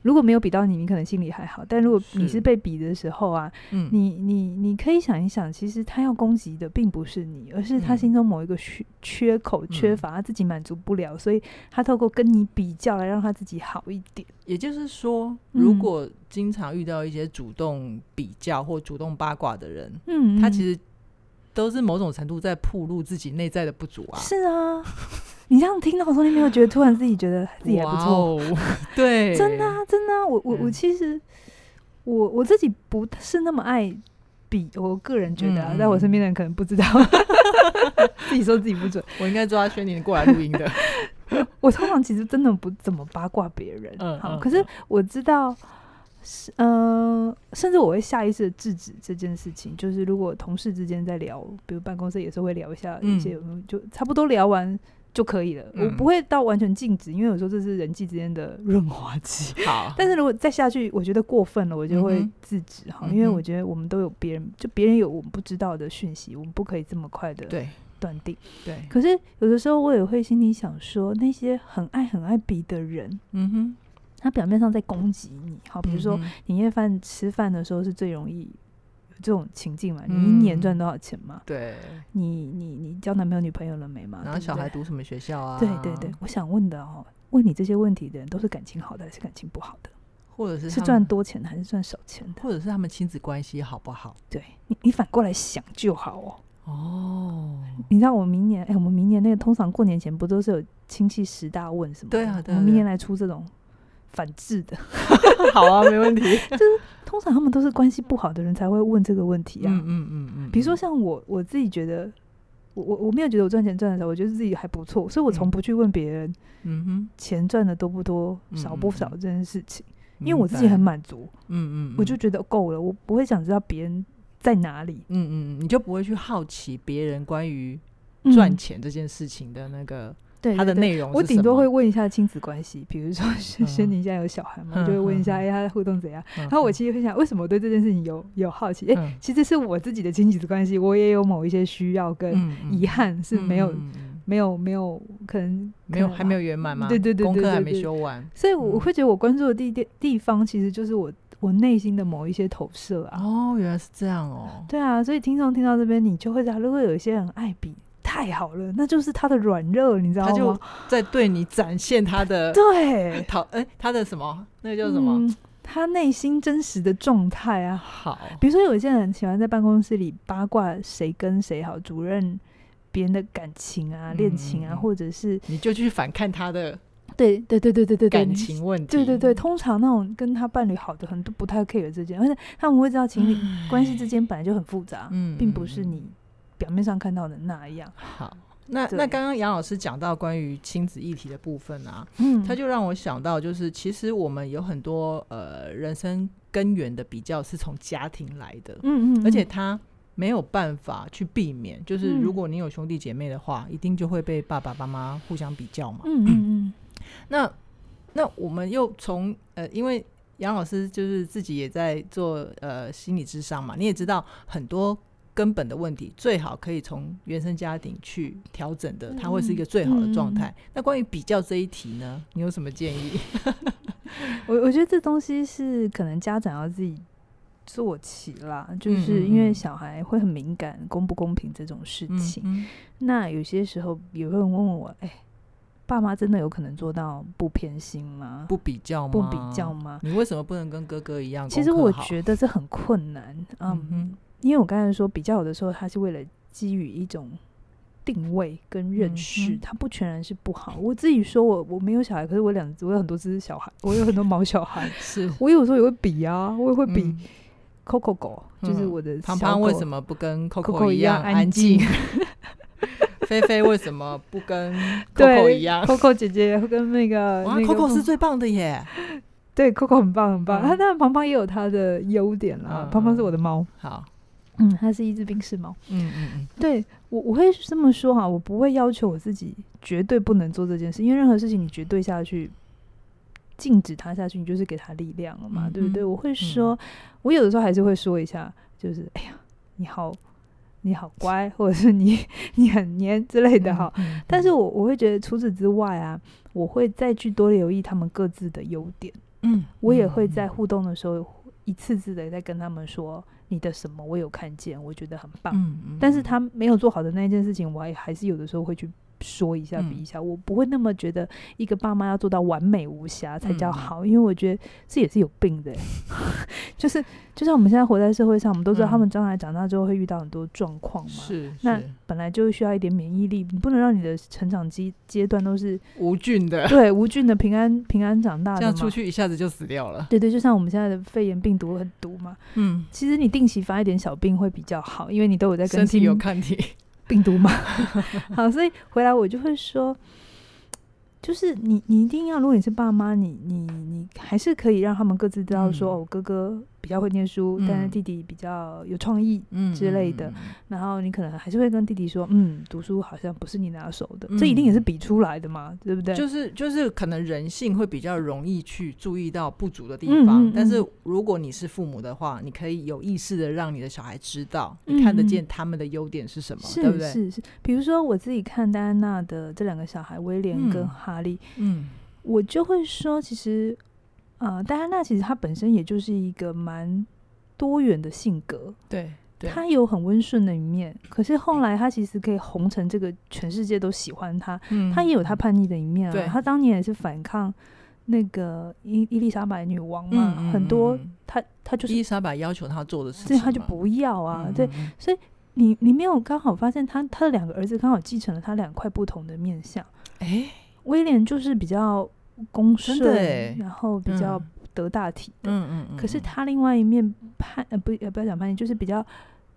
[SPEAKER 2] 如果没有比到你，你可能心里还好，但如果你
[SPEAKER 1] 是
[SPEAKER 2] 是被比的时候啊，
[SPEAKER 1] 嗯，
[SPEAKER 2] 你你你可以想一想，其实他要攻击的并不是你，而是他
[SPEAKER 1] 嗯
[SPEAKER 2] 心中某一个缺缺口、缺
[SPEAKER 1] 嗯
[SPEAKER 2] 乏，他自己满足不了，所以他透过跟你比较来让他自己好一点。
[SPEAKER 1] 也就是说，如
[SPEAKER 2] 嗯
[SPEAKER 1] 果经常遇到一些主动比较或主动八卦的人，
[SPEAKER 2] 嗯，
[SPEAKER 1] 他
[SPEAKER 2] 嗯
[SPEAKER 1] 其实都是某种程度在暴露自己内在的不足啊。
[SPEAKER 2] 是啊， 你这样听到的时候，你有没有觉得突然自己觉得自己还不
[SPEAKER 1] 哇
[SPEAKER 2] 错？
[SPEAKER 1] 哦，对，
[SPEAKER 2] 真的啊，真的啊，我我我
[SPEAKER 1] 嗯
[SPEAKER 2] 其实我我自己不是那么爱比，我个人觉得啊，
[SPEAKER 1] 嗯嗯
[SPEAKER 2] 但我身边的人可能不知道， 自己说自己不准。
[SPEAKER 1] 我应该抓轩宁过来录音 的。
[SPEAKER 2] 我通常其实真的不怎么八卦别人，
[SPEAKER 1] 嗯
[SPEAKER 2] 好，
[SPEAKER 1] 嗯
[SPEAKER 2] 可是
[SPEAKER 1] 嗯
[SPEAKER 2] 我知道。是，呃，甚至我会下意识的制止这件事情。就是如果同事之间在聊，比如办公室也是会聊一下一些，就差不多聊完就可以了。我
[SPEAKER 1] 嗯
[SPEAKER 2] 不会到完全禁止，因为有时候这是人际之间的润滑剂。
[SPEAKER 1] 好，
[SPEAKER 2] 但是如果再下去，我觉得过分了，我就会
[SPEAKER 1] 嗯哼
[SPEAKER 2] 制止哈，
[SPEAKER 1] 嗯哼
[SPEAKER 2] 因为我觉得我们都有别人，就别人有我们不知道的讯息，我们不可以这么快的
[SPEAKER 1] 对
[SPEAKER 2] 断定。
[SPEAKER 1] 对，
[SPEAKER 2] 可是有的时候我也会心里想说，那些很爱很爱比的人，
[SPEAKER 1] 嗯哼，
[SPEAKER 2] 他表面上在攻击你。好，比如说
[SPEAKER 1] 嗯哼
[SPEAKER 2] 年夜饭吃饭的时候是最容易有这种情境嘛？你一
[SPEAKER 1] 嗯
[SPEAKER 2] 年赚多少钱嘛？
[SPEAKER 1] 对，
[SPEAKER 2] 你你你交男朋友女朋友了没嘛？
[SPEAKER 1] 然后
[SPEAKER 2] 对不
[SPEAKER 1] 小
[SPEAKER 2] 啊对
[SPEAKER 1] 孩读什么学校啊？
[SPEAKER 2] 对对对，，我想问的哦，问你这些问题的人都是感情好的还是感情不好的？
[SPEAKER 1] 或者是
[SPEAKER 2] 是
[SPEAKER 1] 他
[SPEAKER 2] 赚
[SPEAKER 1] 们，
[SPEAKER 2] 多钱的还是赚少钱的？
[SPEAKER 1] 或者是他们亲子关系好不好？
[SPEAKER 2] 对你，你反过来想就好哦。
[SPEAKER 1] 哦，
[SPEAKER 2] 你知道我明年，哎、我们明年那个通常过年前不都是有亲戚十大问什么的？
[SPEAKER 1] 对啊对啊
[SPEAKER 2] 我们明
[SPEAKER 1] 对
[SPEAKER 2] 年来出这种反制的，
[SPEAKER 1] 好啊，没 问题。
[SPEAKER 2] 通常他们都是关系不好的人才会问这个问题啊。
[SPEAKER 1] 嗯嗯嗯嗯，
[SPEAKER 2] 比如说像我，我自己觉得，我我我没有觉得我赚钱赚的少，我觉得自己还不错，所以我从
[SPEAKER 1] 嗯
[SPEAKER 2] 不去问别人
[SPEAKER 1] 嗯哼，
[SPEAKER 2] 钱赚的多不多、少不
[SPEAKER 1] 嗯嗯
[SPEAKER 2] 少这件事情，
[SPEAKER 1] 因
[SPEAKER 2] 因为我自己很，满足，
[SPEAKER 1] 嗯嗯，
[SPEAKER 2] 我就
[SPEAKER 1] 嗯
[SPEAKER 2] 觉得够了，我不会想知道别人在哪里
[SPEAKER 1] 嗯嗯，你就不会去好奇别人关于
[SPEAKER 2] 嗯
[SPEAKER 1] 赚钱这件事情的那个
[SPEAKER 2] 对
[SPEAKER 1] 它的
[SPEAKER 2] 对对
[SPEAKER 1] 内哦容是什么。
[SPEAKER 2] 我顶多会问一下亲子关系，比如说轩
[SPEAKER 1] 嗯
[SPEAKER 2] 轩你现在有小孩吗？就会问一下，
[SPEAKER 1] 嗯嗯
[SPEAKER 2] 哎，他的互动怎样？
[SPEAKER 1] 嗯，然
[SPEAKER 2] 然后我其实会想，为什么我对这件事情有有好奇？哎，
[SPEAKER 1] 嗯
[SPEAKER 2] 其实是我自己的亲子关系，我也有某一些需要跟
[SPEAKER 1] 嗯嗯
[SPEAKER 2] 遗憾呃是没有
[SPEAKER 1] 嗯嗯嗯嗯
[SPEAKER 2] 没有没有可能
[SPEAKER 1] 没有
[SPEAKER 2] 可能
[SPEAKER 1] 还没有圆满吗？
[SPEAKER 2] 对对对
[SPEAKER 1] 功
[SPEAKER 2] 对
[SPEAKER 1] 课
[SPEAKER 2] 对
[SPEAKER 1] 还没
[SPEAKER 2] 对
[SPEAKER 1] 修完。
[SPEAKER 2] 所以我
[SPEAKER 1] 嗯
[SPEAKER 2] 会觉得我关注的地地地方，其实就是我我内心的某一些投射啊。
[SPEAKER 1] 哦，原来是这样哦。
[SPEAKER 2] 对啊，所以听众听到这边，你就会知道，如果有一些人爱比太好了，那就是他的软弱，你知道
[SPEAKER 1] 他就
[SPEAKER 2] 吗？
[SPEAKER 1] 在对你展现他的
[SPEAKER 2] 对，
[SPEAKER 1] 讨哎、他的什么？那个叫什么？
[SPEAKER 2] 嗯？他内心真实的状态啊。
[SPEAKER 1] 好，
[SPEAKER 2] 比如说，有一些人喜欢在办公室里八卦谁跟谁好，主任别人的感情啊、
[SPEAKER 1] 嗯
[SPEAKER 2] 恋情啊，
[SPEAKER 1] 嗯
[SPEAKER 2] 或者是
[SPEAKER 1] 你就去反看他的
[SPEAKER 2] 对对对对对对
[SPEAKER 1] 感，情问题。
[SPEAKER 2] 对对对，通常那种跟他伴侣好的很多不太 care 这件，而且他们会知道情侣关系之间本来就很复杂，
[SPEAKER 1] 嗯
[SPEAKER 2] 并不是
[SPEAKER 1] 嗯嗯
[SPEAKER 2] 你表面上看到的那样。
[SPEAKER 1] 好。那
[SPEAKER 2] 对
[SPEAKER 1] 那刚刚杨老师讲到关于亲子议题的部分啊，
[SPEAKER 2] 嗯，
[SPEAKER 1] 他就让我想到，就是其实我们有很多呃人生根源的比较是从家庭来的，
[SPEAKER 2] 嗯嗯，
[SPEAKER 1] 而且
[SPEAKER 2] 嗯
[SPEAKER 1] 他没有办法去避免，就是
[SPEAKER 2] 嗯
[SPEAKER 1] 如果你有兄弟姐妹的话，一定就会被爸爸妈妈互相比较嘛。
[SPEAKER 2] 嗯嗯
[SPEAKER 1] 那那我们又从呃，因为杨老师就是自己也在做呃心理智商嘛，你也知道很多根本的问题，最好可以从原生家庭去调整的，它会是一个最好的状态。那关于比较这一题呢，你有什么建 议？
[SPEAKER 2] 嗯，我我觉得这东西是可能家长要自己。做起啦，就是
[SPEAKER 1] 嗯嗯
[SPEAKER 2] 因为
[SPEAKER 1] 嗯
[SPEAKER 2] 小孩会很敏感公不公平这种事情，
[SPEAKER 1] 嗯
[SPEAKER 2] 那有些时候也会问我，哎、爸妈真的有可能做到不偏心吗？
[SPEAKER 1] 不比较吗？
[SPEAKER 2] 不比较，吗？
[SPEAKER 1] 你为什么不能跟哥哥一样？
[SPEAKER 2] 其实我
[SPEAKER 1] 得，
[SPEAKER 2] 觉得这很困难，嗯，
[SPEAKER 1] 哼
[SPEAKER 2] 因为我刚才说比较有的时候，它是为了基于一种定位跟认
[SPEAKER 1] 嗯
[SPEAKER 2] 识，
[SPEAKER 1] 哼，
[SPEAKER 2] 它不全然是不好。我自己说我我没有小孩，可是我两我有很多只小孩，我有很多毛小孩
[SPEAKER 1] 是
[SPEAKER 2] 我有时候也会比啊，我也会比
[SPEAKER 1] 嗯
[SPEAKER 2] Coco 狗，就是
[SPEAKER 1] 嗯
[SPEAKER 2] 我的
[SPEAKER 1] 胖
[SPEAKER 2] 小
[SPEAKER 1] 胖为
[SPEAKER 2] 狗
[SPEAKER 1] 什么不跟
[SPEAKER 2] Coco
[SPEAKER 1] Coco
[SPEAKER 2] 一
[SPEAKER 1] 样
[SPEAKER 2] 样安
[SPEAKER 1] 静
[SPEAKER 2] 静？
[SPEAKER 1] 菲菲为什么不 跟 Coco
[SPEAKER 2] 对
[SPEAKER 1] 一样？
[SPEAKER 2] Coco 姐姐跟那个
[SPEAKER 1] 哇
[SPEAKER 2] 那个
[SPEAKER 1] ，Coco 是最棒的耶！
[SPEAKER 2] 对 Coco 很棒很棒，
[SPEAKER 1] 嗯
[SPEAKER 2] 它但胖胖也有它的优点啦。
[SPEAKER 1] 嗯
[SPEAKER 2] 胖胖
[SPEAKER 1] 嗯
[SPEAKER 2] 是我的猫，
[SPEAKER 1] 好，
[SPEAKER 2] 嗯，它是一只冰室猫。
[SPEAKER 1] 嗯嗯嗯，
[SPEAKER 2] 对我我会这么说哈、我不会要求我自己绝对不能做这件事，因为任何事情你绝对下去，禁止它下去，你就是给它力量了嘛，
[SPEAKER 1] 嗯
[SPEAKER 2] 对不对？
[SPEAKER 1] 嗯
[SPEAKER 2] 我会说，我有的时候还是会说一下，就是哎呀，你好，你好乖，或者是你你很黏之类的哈、
[SPEAKER 1] 嗯，嗯
[SPEAKER 2] 但是我我会觉得除此之外啊，我会再去多留意他们各自的优点，
[SPEAKER 1] 嗯，
[SPEAKER 2] 我也
[SPEAKER 1] 嗯
[SPEAKER 2] 会在互动的时候一次次的在跟他们说你的什么我有看见，我觉得很棒。
[SPEAKER 1] 嗯嗯，
[SPEAKER 2] 但是他没有做好的那一件事情，我还还是有的时候会去说一下、
[SPEAKER 1] 嗯
[SPEAKER 2] 比一下。我不会那么觉得一个爸妈要做到完美无瑕才叫
[SPEAKER 1] 嗯嗯
[SPEAKER 2] 好，因为我觉得这也是有病的欸、 就是就像我们现在活在社会上，我们都知道他
[SPEAKER 1] 嗯
[SPEAKER 2] 们将来长大之后会遇到很多状况嘛。
[SPEAKER 1] 是
[SPEAKER 2] 那
[SPEAKER 1] 是
[SPEAKER 2] 本来就需要一点免疫力，你不能让你的成长阶阶段都是
[SPEAKER 1] 无菌的，
[SPEAKER 2] 对无菌的平安平安长大
[SPEAKER 1] 这
[SPEAKER 2] 的嘛。
[SPEAKER 1] 样出去一下子就死掉了。
[SPEAKER 2] 对对，就像我们现在的肺炎病毒很毒嘛，
[SPEAKER 1] 嗯，
[SPEAKER 2] 其实你定期发一点小病会比较好，因为你都有在
[SPEAKER 1] 身
[SPEAKER 2] 更
[SPEAKER 1] 体
[SPEAKER 2] 新
[SPEAKER 1] 有抗体。
[SPEAKER 2] 病毒 嘛。好，所以回来我就会说，就是你你一定要，如果你是爸妈，你你你还是可以让他们各自知道说，
[SPEAKER 1] 嗯
[SPEAKER 2] 哦，哥哥比较会念书，但是
[SPEAKER 1] 嗯
[SPEAKER 2] 弟弟比较有创意。
[SPEAKER 1] 嗯
[SPEAKER 2] 之类的，然后你可能还是会跟弟弟说，嗯，读书好像不是你拿手的，这一定也是
[SPEAKER 1] 嗯
[SPEAKER 2] 比出来的嘛，对不对？
[SPEAKER 1] 就是就是可能人性会比较容易去注意到不足的地
[SPEAKER 2] 嗯
[SPEAKER 1] 方，
[SPEAKER 2] 嗯
[SPEAKER 1] 但是
[SPEAKER 2] 嗯
[SPEAKER 1] 如果你是父母的话，你可以有意识的让你的小孩知道，
[SPEAKER 2] 嗯
[SPEAKER 1] 你看得
[SPEAKER 2] 嗯
[SPEAKER 1] 见他们的优点是什么，对不
[SPEAKER 2] 是
[SPEAKER 1] 对？
[SPEAKER 2] 是是，比如说我自己看戴安娜的这两个小孩威廉跟
[SPEAKER 1] 嗯
[SPEAKER 2] 哈利，
[SPEAKER 1] 嗯
[SPEAKER 2] 我就会说，其实呃，戴安娜其实她本身也就是一个蛮多元的性格，
[SPEAKER 1] 对对嗯
[SPEAKER 2] 她有很温顺的一面，可是后来她其实可以红成这个全世界都喜欢她，
[SPEAKER 1] 嗯
[SPEAKER 2] 她也有她叛逆的一面
[SPEAKER 1] 对
[SPEAKER 2] 啊。她当年也是反抗那个伊伊丽莎白女王嘛，
[SPEAKER 1] 嗯
[SPEAKER 2] 很多
[SPEAKER 1] 嗯嗯
[SPEAKER 2] 她她就是
[SPEAKER 1] 伊丽莎白要求他做的事
[SPEAKER 2] 这
[SPEAKER 1] 情嘛，
[SPEAKER 2] 她就不要啊，
[SPEAKER 1] 嗯
[SPEAKER 2] 对，，
[SPEAKER 1] 嗯
[SPEAKER 2] 你你没有刚好发现他他的两个儿子刚好继承了他两块不同的面相。
[SPEAKER 1] 哎，
[SPEAKER 2] 威廉就是比较恭
[SPEAKER 1] 真
[SPEAKER 2] 顺
[SPEAKER 1] 的欸，
[SPEAKER 2] 然后比较
[SPEAKER 1] 嗯
[SPEAKER 2] 得大体的。
[SPEAKER 1] 嗯嗯嗯，
[SPEAKER 2] 可是
[SPEAKER 1] 嗯
[SPEAKER 2] 他另外一面叛呃不呃不要讲叛逆，就是比较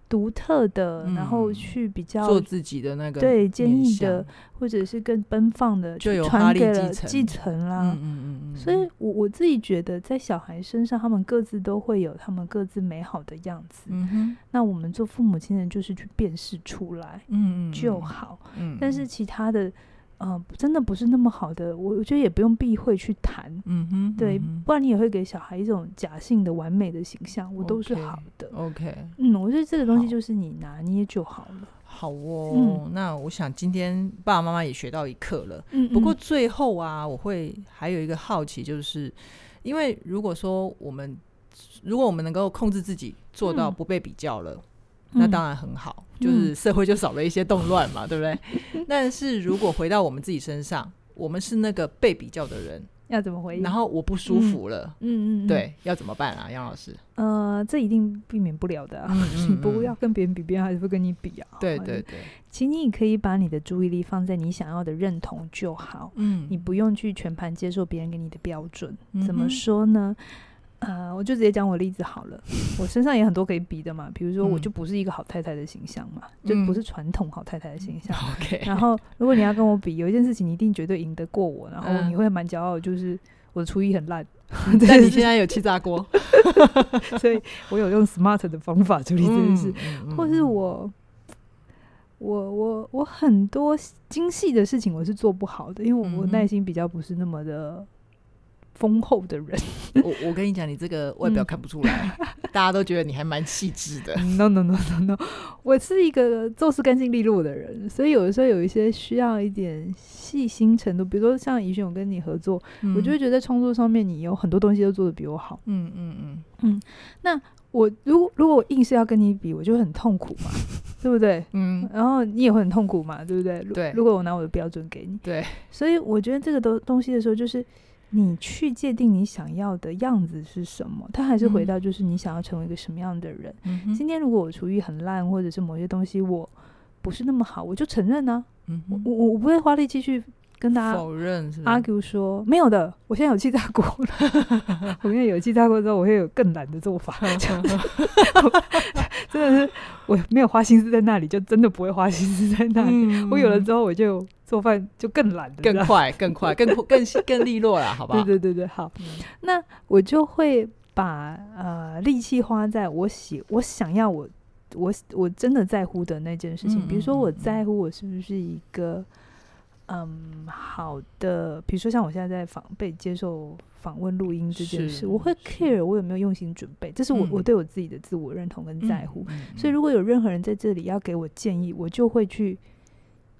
[SPEAKER 2] 独特的，
[SPEAKER 1] 嗯
[SPEAKER 2] 然后去比较
[SPEAKER 1] 做自己的那个
[SPEAKER 2] 对坚
[SPEAKER 1] 面
[SPEAKER 2] 毅
[SPEAKER 1] 向
[SPEAKER 2] 的，或者是更奔放的，
[SPEAKER 1] 就有哈
[SPEAKER 2] 传
[SPEAKER 1] 利
[SPEAKER 2] 给
[SPEAKER 1] 继
[SPEAKER 2] 了
[SPEAKER 1] 承
[SPEAKER 2] 继承啦。
[SPEAKER 1] 嗯嗯嗯嗯，
[SPEAKER 2] 啊所以我，我自己觉得，在小孩身上，他们各自都会有他们各自美好的样子。
[SPEAKER 1] 嗯哼
[SPEAKER 2] 那我们做父母亲的，就是去辨识出来
[SPEAKER 1] 嗯嗯
[SPEAKER 2] 就，好。
[SPEAKER 1] 嗯嗯，
[SPEAKER 2] 但是其他的，呃，真的不是那么好的，我我觉得也不用避讳去谈，
[SPEAKER 1] 嗯哼，
[SPEAKER 2] 对，
[SPEAKER 1] 嗯
[SPEAKER 2] 不然你也会给小孩一种假性的完美的形象，我都是
[SPEAKER 1] OK
[SPEAKER 2] 好的。
[SPEAKER 1] 哼 OK，
[SPEAKER 2] 嗯，我觉得这个东西
[SPEAKER 1] 好
[SPEAKER 2] 就是你拿捏就好了。
[SPEAKER 1] 好哦，那我想今天爸爸妈妈也学到一课了。
[SPEAKER 2] 嗯，
[SPEAKER 1] 不过
[SPEAKER 2] 嗯
[SPEAKER 1] 最后啊，我会还有一个好奇，就是因为如果说我们如果我们能够控制自己，做到
[SPEAKER 2] 嗯
[SPEAKER 1] 不被比较了，那
[SPEAKER 2] 嗯
[SPEAKER 1] 当然很好，就是社会就少了一些动乱嘛，对不 对？但是如果回到我们自己身上，我们是那个被比较的人，
[SPEAKER 2] 要怎么回应？
[SPEAKER 1] 然后我不舒服了，
[SPEAKER 2] 嗯，嗯嗯，
[SPEAKER 1] 对，要怎么办啊，杨老师？
[SPEAKER 2] 呃，这一定避免不了的、啊。你 不要跟别人比，别人还是会跟你比啊。
[SPEAKER 1] 嗯 对对，对，
[SPEAKER 2] 其实你也可以把你的注意力放在你想要的认同就好，
[SPEAKER 1] 嗯
[SPEAKER 2] 你不用去全盘接受别人给你的标准。怎
[SPEAKER 1] 嗯
[SPEAKER 2] 么
[SPEAKER 1] 哼
[SPEAKER 2] 说呢？呃，我就直接讲我例子好了。我身上也很多可以比的嘛，比如说我
[SPEAKER 1] 嗯
[SPEAKER 2] 就不是一个好太太的形象嘛，
[SPEAKER 1] 嗯
[SPEAKER 2] 就不是传统好太太的形象。
[SPEAKER 1] ？OK，
[SPEAKER 2] 然后，如果你要跟我比，有一件事情你一定绝对赢得过我，然后
[SPEAKER 1] 嗯
[SPEAKER 2] 你会蛮骄傲，就是我的厨艺很烂。
[SPEAKER 1] 那 你现在有气炸锅
[SPEAKER 2] 所以我有用 smart 的方法处理这件事，
[SPEAKER 1] 嗯，嗯嗯
[SPEAKER 2] 或是我。我我我很多精细的事情我是做不好的，因为我我
[SPEAKER 1] 嗯哼
[SPEAKER 2] 耐心比较不是那么的丰厚 的人。
[SPEAKER 1] 我我跟你讲，你这个外表
[SPEAKER 2] 嗯
[SPEAKER 1] 看不出 来，大家都觉得你还蛮细致的。
[SPEAKER 2] No no no no no，我 是一个做事干净利落的人，所以有的时候有一些需要一点细心程度，比如说像怡轩，我跟你合作，我就会觉得在创作上面你有很多东西都做得比我好。
[SPEAKER 1] 嗯嗯嗯，
[SPEAKER 2] 我如果如果我硬是要跟你比，我就会很痛苦嘛，对不对？
[SPEAKER 1] 嗯，
[SPEAKER 2] 然后你也会很痛苦嘛，对不对？如
[SPEAKER 1] 对
[SPEAKER 2] 如果我拿我的标准给你，
[SPEAKER 1] 对，
[SPEAKER 2] 所以我觉得这个东东西的时候，就是你去界定你想要的样子是什么，它还是
[SPEAKER 1] 嗯
[SPEAKER 2] 回到就是你想要成为一个什么样的人。
[SPEAKER 1] 嗯哼
[SPEAKER 2] 今天如果我厨艺很烂，或者是某些东西我不是那么好，我就承认啊，
[SPEAKER 1] 嗯
[SPEAKER 2] 我
[SPEAKER 1] 哼，
[SPEAKER 2] 我我不会花力气去跟大家
[SPEAKER 1] 否认是吧？
[SPEAKER 2] argue 说没有的，我现在有气炸锅了， 我现在有气炸锅之后，我会有更懒的做法，这样子 真的是我没有花心思在那里，就真的不会花心思在那里。
[SPEAKER 1] 嗯
[SPEAKER 2] 我有了之后，我就做饭就更懒了，这
[SPEAKER 1] 更
[SPEAKER 2] 样
[SPEAKER 1] 快、更快、更更更利落了，好嗯不好？
[SPEAKER 2] 对对对对，好，那我就会把呃力气花在我喜我想要我我我真的在乎的那件事情，
[SPEAKER 1] 嗯
[SPEAKER 2] 比如说
[SPEAKER 1] 嗯
[SPEAKER 2] 我
[SPEAKER 1] 嗯嗯
[SPEAKER 2] 在乎我是不是一个嗯好的，比如说像我现在在访被接受访问录音这件
[SPEAKER 1] 是
[SPEAKER 2] 事，我会
[SPEAKER 1] 是
[SPEAKER 2] care 我有没有用心准备，这是我、
[SPEAKER 1] 嗯
[SPEAKER 2] 我对我自己的自我认同跟在乎。
[SPEAKER 1] 嗯，嗯
[SPEAKER 2] 所以如果有任何人在这里要给我建议，我就会去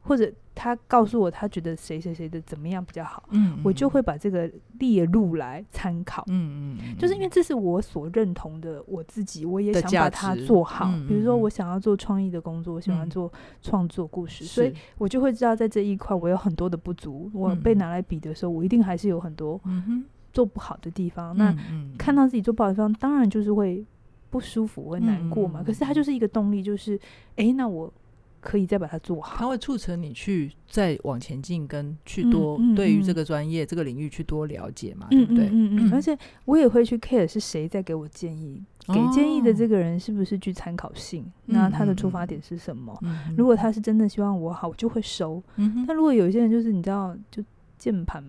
[SPEAKER 2] 或者他告诉我他觉得谁谁谁的怎么样比较好。
[SPEAKER 1] 嗯，嗯
[SPEAKER 2] 我就会，把这个列入来参考。
[SPEAKER 1] 嗯嗯嗯，
[SPEAKER 2] 就是因为这是我所认同的我自己，我也
[SPEAKER 1] 的
[SPEAKER 2] 想
[SPEAKER 1] 价
[SPEAKER 2] 把它
[SPEAKER 1] 值
[SPEAKER 2] 做好。
[SPEAKER 1] 嗯
[SPEAKER 2] 比如
[SPEAKER 1] 嗯
[SPEAKER 2] 说，
[SPEAKER 1] 嗯
[SPEAKER 2] 我想要做创意的工作，我喜欢
[SPEAKER 1] 嗯
[SPEAKER 2] 做创作故事，
[SPEAKER 1] 是
[SPEAKER 2] 所以，我就会知道在这一块我有很多的不足。我被
[SPEAKER 1] 嗯
[SPEAKER 2] 拿来比的时候，我一定还是有很多
[SPEAKER 1] 嗯哼，
[SPEAKER 2] 做不好的地方。那
[SPEAKER 1] 嗯
[SPEAKER 2] 看，到自己做不好的地方，当然就是会不舒服、会难过嘛。
[SPEAKER 1] 嗯嗯嗯
[SPEAKER 2] 可是它就是一个动力，就是诶，那我可以再把它做好。
[SPEAKER 1] 它会促成你去再往前进，跟去
[SPEAKER 2] 嗯
[SPEAKER 1] 多
[SPEAKER 2] 嗯
[SPEAKER 1] 对于
[SPEAKER 2] 嗯
[SPEAKER 1] 这个专业、这个领域去多了解嘛，对
[SPEAKER 2] 嗯
[SPEAKER 1] 不
[SPEAKER 2] 嗯
[SPEAKER 1] 对？
[SPEAKER 2] 嗯嗯，
[SPEAKER 1] 嗯
[SPEAKER 2] 而且我也会去 care 是谁在给我建议，嗯给建议的
[SPEAKER 1] 哦
[SPEAKER 2] 这个人是不是具参考性？
[SPEAKER 1] 嗯
[SPEAKER 2] 那他的出发点是什么？
[SPEAKER 1] 哦，
[SPEAKER 2] 如果他是真的希望我好，我就会收。
[SPEAKER 1] 嗯
[SPEAKER 2] 但如果有一些人就是你知道，就键盘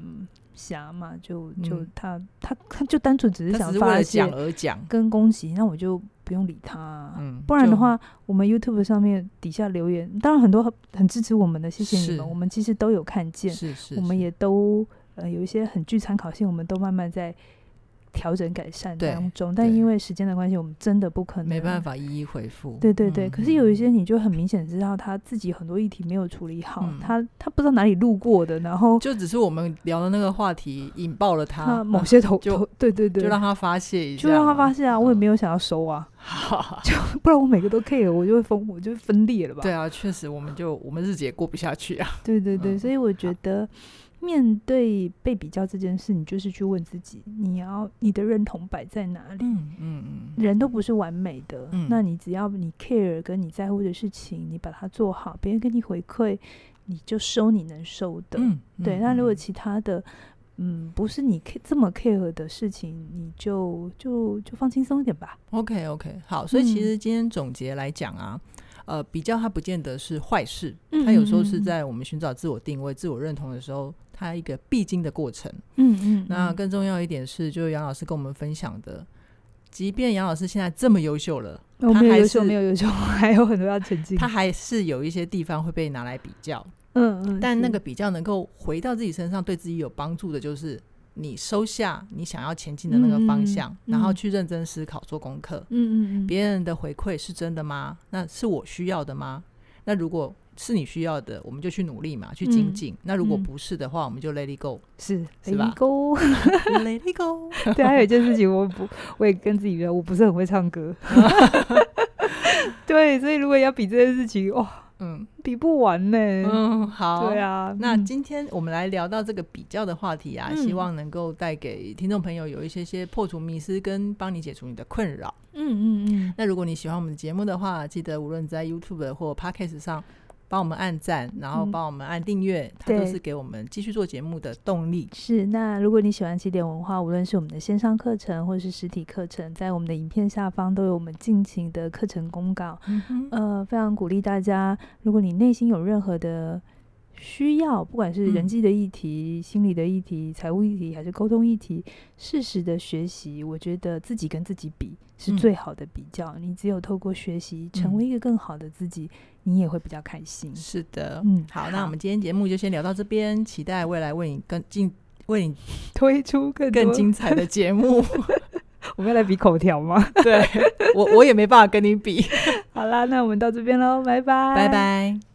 [SPEAKER 2] 侠嘛，就就
[SPEAKER 1] 嗯
[SPEAKER 2] 他他他就单纯只
[SPEAKER 1] 他
[SPEAKER 2] 想
[SPEAKER 1] 只是为
[SPEAKER 2] 发
[SPEAKER 1] 了讲
[SPEAKER 2] 泄
[SPEAKER 1] 而讲，
[SPEAKER 2] 跟攻击，那我就不用理他啊。
[SPEAKER 1] 嗯，
[SPEAKER 2] 不然
[SPEAKER 1] 就
[SPEAKER 2] 的话，我们 YouTube 上面底下留言，当然很多很很支持我们的，谢谢你
[SPEAKER 1] 是
[SPEAKER 2] 们，我们其实都有看见，
[SPEAKER 1] 是是，
[SPEAKER 2] 我们
[SPEAKER 1] 是
[SPEAKER 2] 也都呃有一些很具参考性，我们都慢慢在调整改善
[SPEAKER 1] 对
[SPEAKER 2] 当中，但
[SPEAKER 1] 对
[SPEAKER 2] 因为时间的关系，我们真的不可能，
[SPEAKER 1] 没办。法一一回复。
[SPEAKER 2] 对对对，
[SPEAKER 1] 嗯
[SPEAKER 2] 可是有一些你就很明显知道他自己很多议题没有处理好，
[SPEAKER 1] 嗯
[SPEAKER 2] 他他不知道哪里路过的，然后
[SPEAKER 1] 就只是我们聊的那个话题引爆了他，嗯
[SPEAKER 2] 他某些头
[SPEAKER 1] 就
[SPEAKER 2] 头，对对对，
[SPEAKER 1] 就让他发泄一下
[SPEAKER 2] 就
[SPEAKER 1] 嘛，嗯
[SPEAKER 2] 让他 发现啊，我也没有想要收啊，
[SPEAKER 1] 好。
[SPEAKER 2] 不然我每个都 care，我就会疯，我就会分裂了吧？
[SPEAKER 1] 对啊，确实，我们就我们日子也过不下去啊。
[SPEAKER 2] 对对对，
[SPEAKER 1] 嗯
[SPEAKER 2] 所以我觉得面对被比较这件事，你就是去问自己，你要你的认同摆在哪里？
[SPEAKER 1] 嗯嗯嗯，
[SPEAKER 2] 人都不是完美的，
[SPEAKER 1] 嗯
[SPEAKER 2] 那你只要你 care 跟你在乎的事情，你把它做好，别人给你回馈，你就收你能收的。
[SPEAKER 1] 嗯，
[SPEAKER 2] 对，
[SPEAKER 1] 嗯
[SPEAKER 2] 那如果
[SPEAKER 1] 嗯
[SPEAKER 2] 其他的，嗯，不是你 care 这么 care 的事情，你就就就放轻松一点吧。
[SPEAKER 1] OK OK，好，所以其
[SPEAKER 2] 嗯
[SPEAKER 1] 实今天总结来讲啊，呃，比较它不见得是坏事，
[SPEAKER 2] 嗯
[SPEAKER 1] 它有时候
[SPEAKER 2] 嗯
[SPEAKER 1] 是
[SPEAKER 2] 嗯
[SPEAKER 1] 在我们寻找自我定位、自我认同的时候，它一个必经的过程。
[SPEAKER 2] 嗯嗯，
[SPEAKER 1] 那
[SPEAKER 2] 嗯
[SPEAKER 1] 更重要一点是，就是杨老师跟我们分享的，即便杨老师现在这么优秀了，
[SPEAKER 2] 我
[SPEAKER 1] 他
[SPEAKER 2] 没有
[SPEAKER 1] 还
[SPEAKER 2] 优秀，
[SPEAKER 1] 是
[SPEAKER 2] 没有优秀， 还有很多要前进。
[SPEAKER 1] 他还是有一些地方会被拿来比较，
[SPEAKER 2] 嗯嗯，
[SPEAKER 1] 但那
[SPEAKER 2] 是
[SPEAKER 1] 个比较能够回到自己身上，对自己有帮助的，就是你收下你想要前进的那个
[SPEAKER 2] 嗯
[SPEAKER 1] 方
[SPEAKER 2] 嗯
[SPEAKER 1] 向，然后
[SPEAKER 2] 嗯
[SPEAKER 1] 去认真思考、做功课。
[SPEAKER 2] 嗯嗯嗯，
[SPEAKER 1] 别人的回馈是真的吗？那是我需要的吗？那如果是你需要的，我们就去努力嘛，去精进。那如果
[SPEAKER 2] 嗯
[SPEAKER 1] 不是的话，我们就 let it
[SPEAKER 2] 是
[SPEAKER 1] 是吧
[SPEAKER 2] go，
[SPEAKER 1] go，let it go。
[SPEAKER 2] 对，还有一件事情，我不，我也跟自己说，我不是很会唱歌。 对，所以如果要比这件事情，哦哇、
[SPEAKER 1] 嗯
[SPEAKER 2] 比不完呢、
[SPEAKER 1] 嗯，好。
[SPEAKER 2] 对啊，
[SPEAKER 1] 那
[SPEAKER 2] 嗯
[SPEAKER 1] 今天我们来聊到这个比较的话题啊，
[SPEAKER 2] 嗯
[SPEAKER 1] 希望能够带给听众朋友有一些些破除迷思，跟帮你解除你的困扰。
[SPEAKER 2] 嗯嗯嗯，
[SPEAKER 1] 那如果你喜欢我们的节目的话，记得无论在 YouTube 或 Podcast 上帮我们按赞，然后
[SPEAKER 2] 嗯
[SPEAKER 1] 帮我们按订阅，它都
[SPEAKER 2] 对
[SPEAKER 1] 是给我们继续做节目的动力。
[SPEAKER 2] 是。那如果你喜欢起点文化，无论是我们的线上课程或是实体课程，在我们的影片下方都有我们尽情的课程公告。
[SPEAKER 1] 嗯哼
[SPEAKER 2] 呃，非常鼓励大家，如果你内心有任何的需要，不管是人
[SPEAKER 1] 嗯
[SPEAKER 2] 际的议题、心理的议题、财务议题，还是沟通议题，适时的学习，我觉得自己跟自己比是
[SPEAKER 1] 嗯
[SPEAKER 2] 最好的比较。你只有透过学习，成为一个更好的自己，你也会比较开心。
[SPEAKER 1] 是的，
[SPEAKER 2] 嗯
[SPEAKER 1] 好，
[SPEAKER 2] 好
[SPEAKER 1] 那我们今天节目就先聊到这边，期待未来为你更进为你
[SPEAKER 2] 推出更
[SPEAKER 1] 更
[SPEAKER 2] 多，
[SPEAKER 1] 精彩的节目。
[SPEAKER 2] 我们要来比口 条吗？
[SPEAKER 1] 对我，我也没办法跟你比，
[SPEAKER 2] 好啦，那我们到这边喽，拜拜，
[SPEAKER 1] 拜。拜。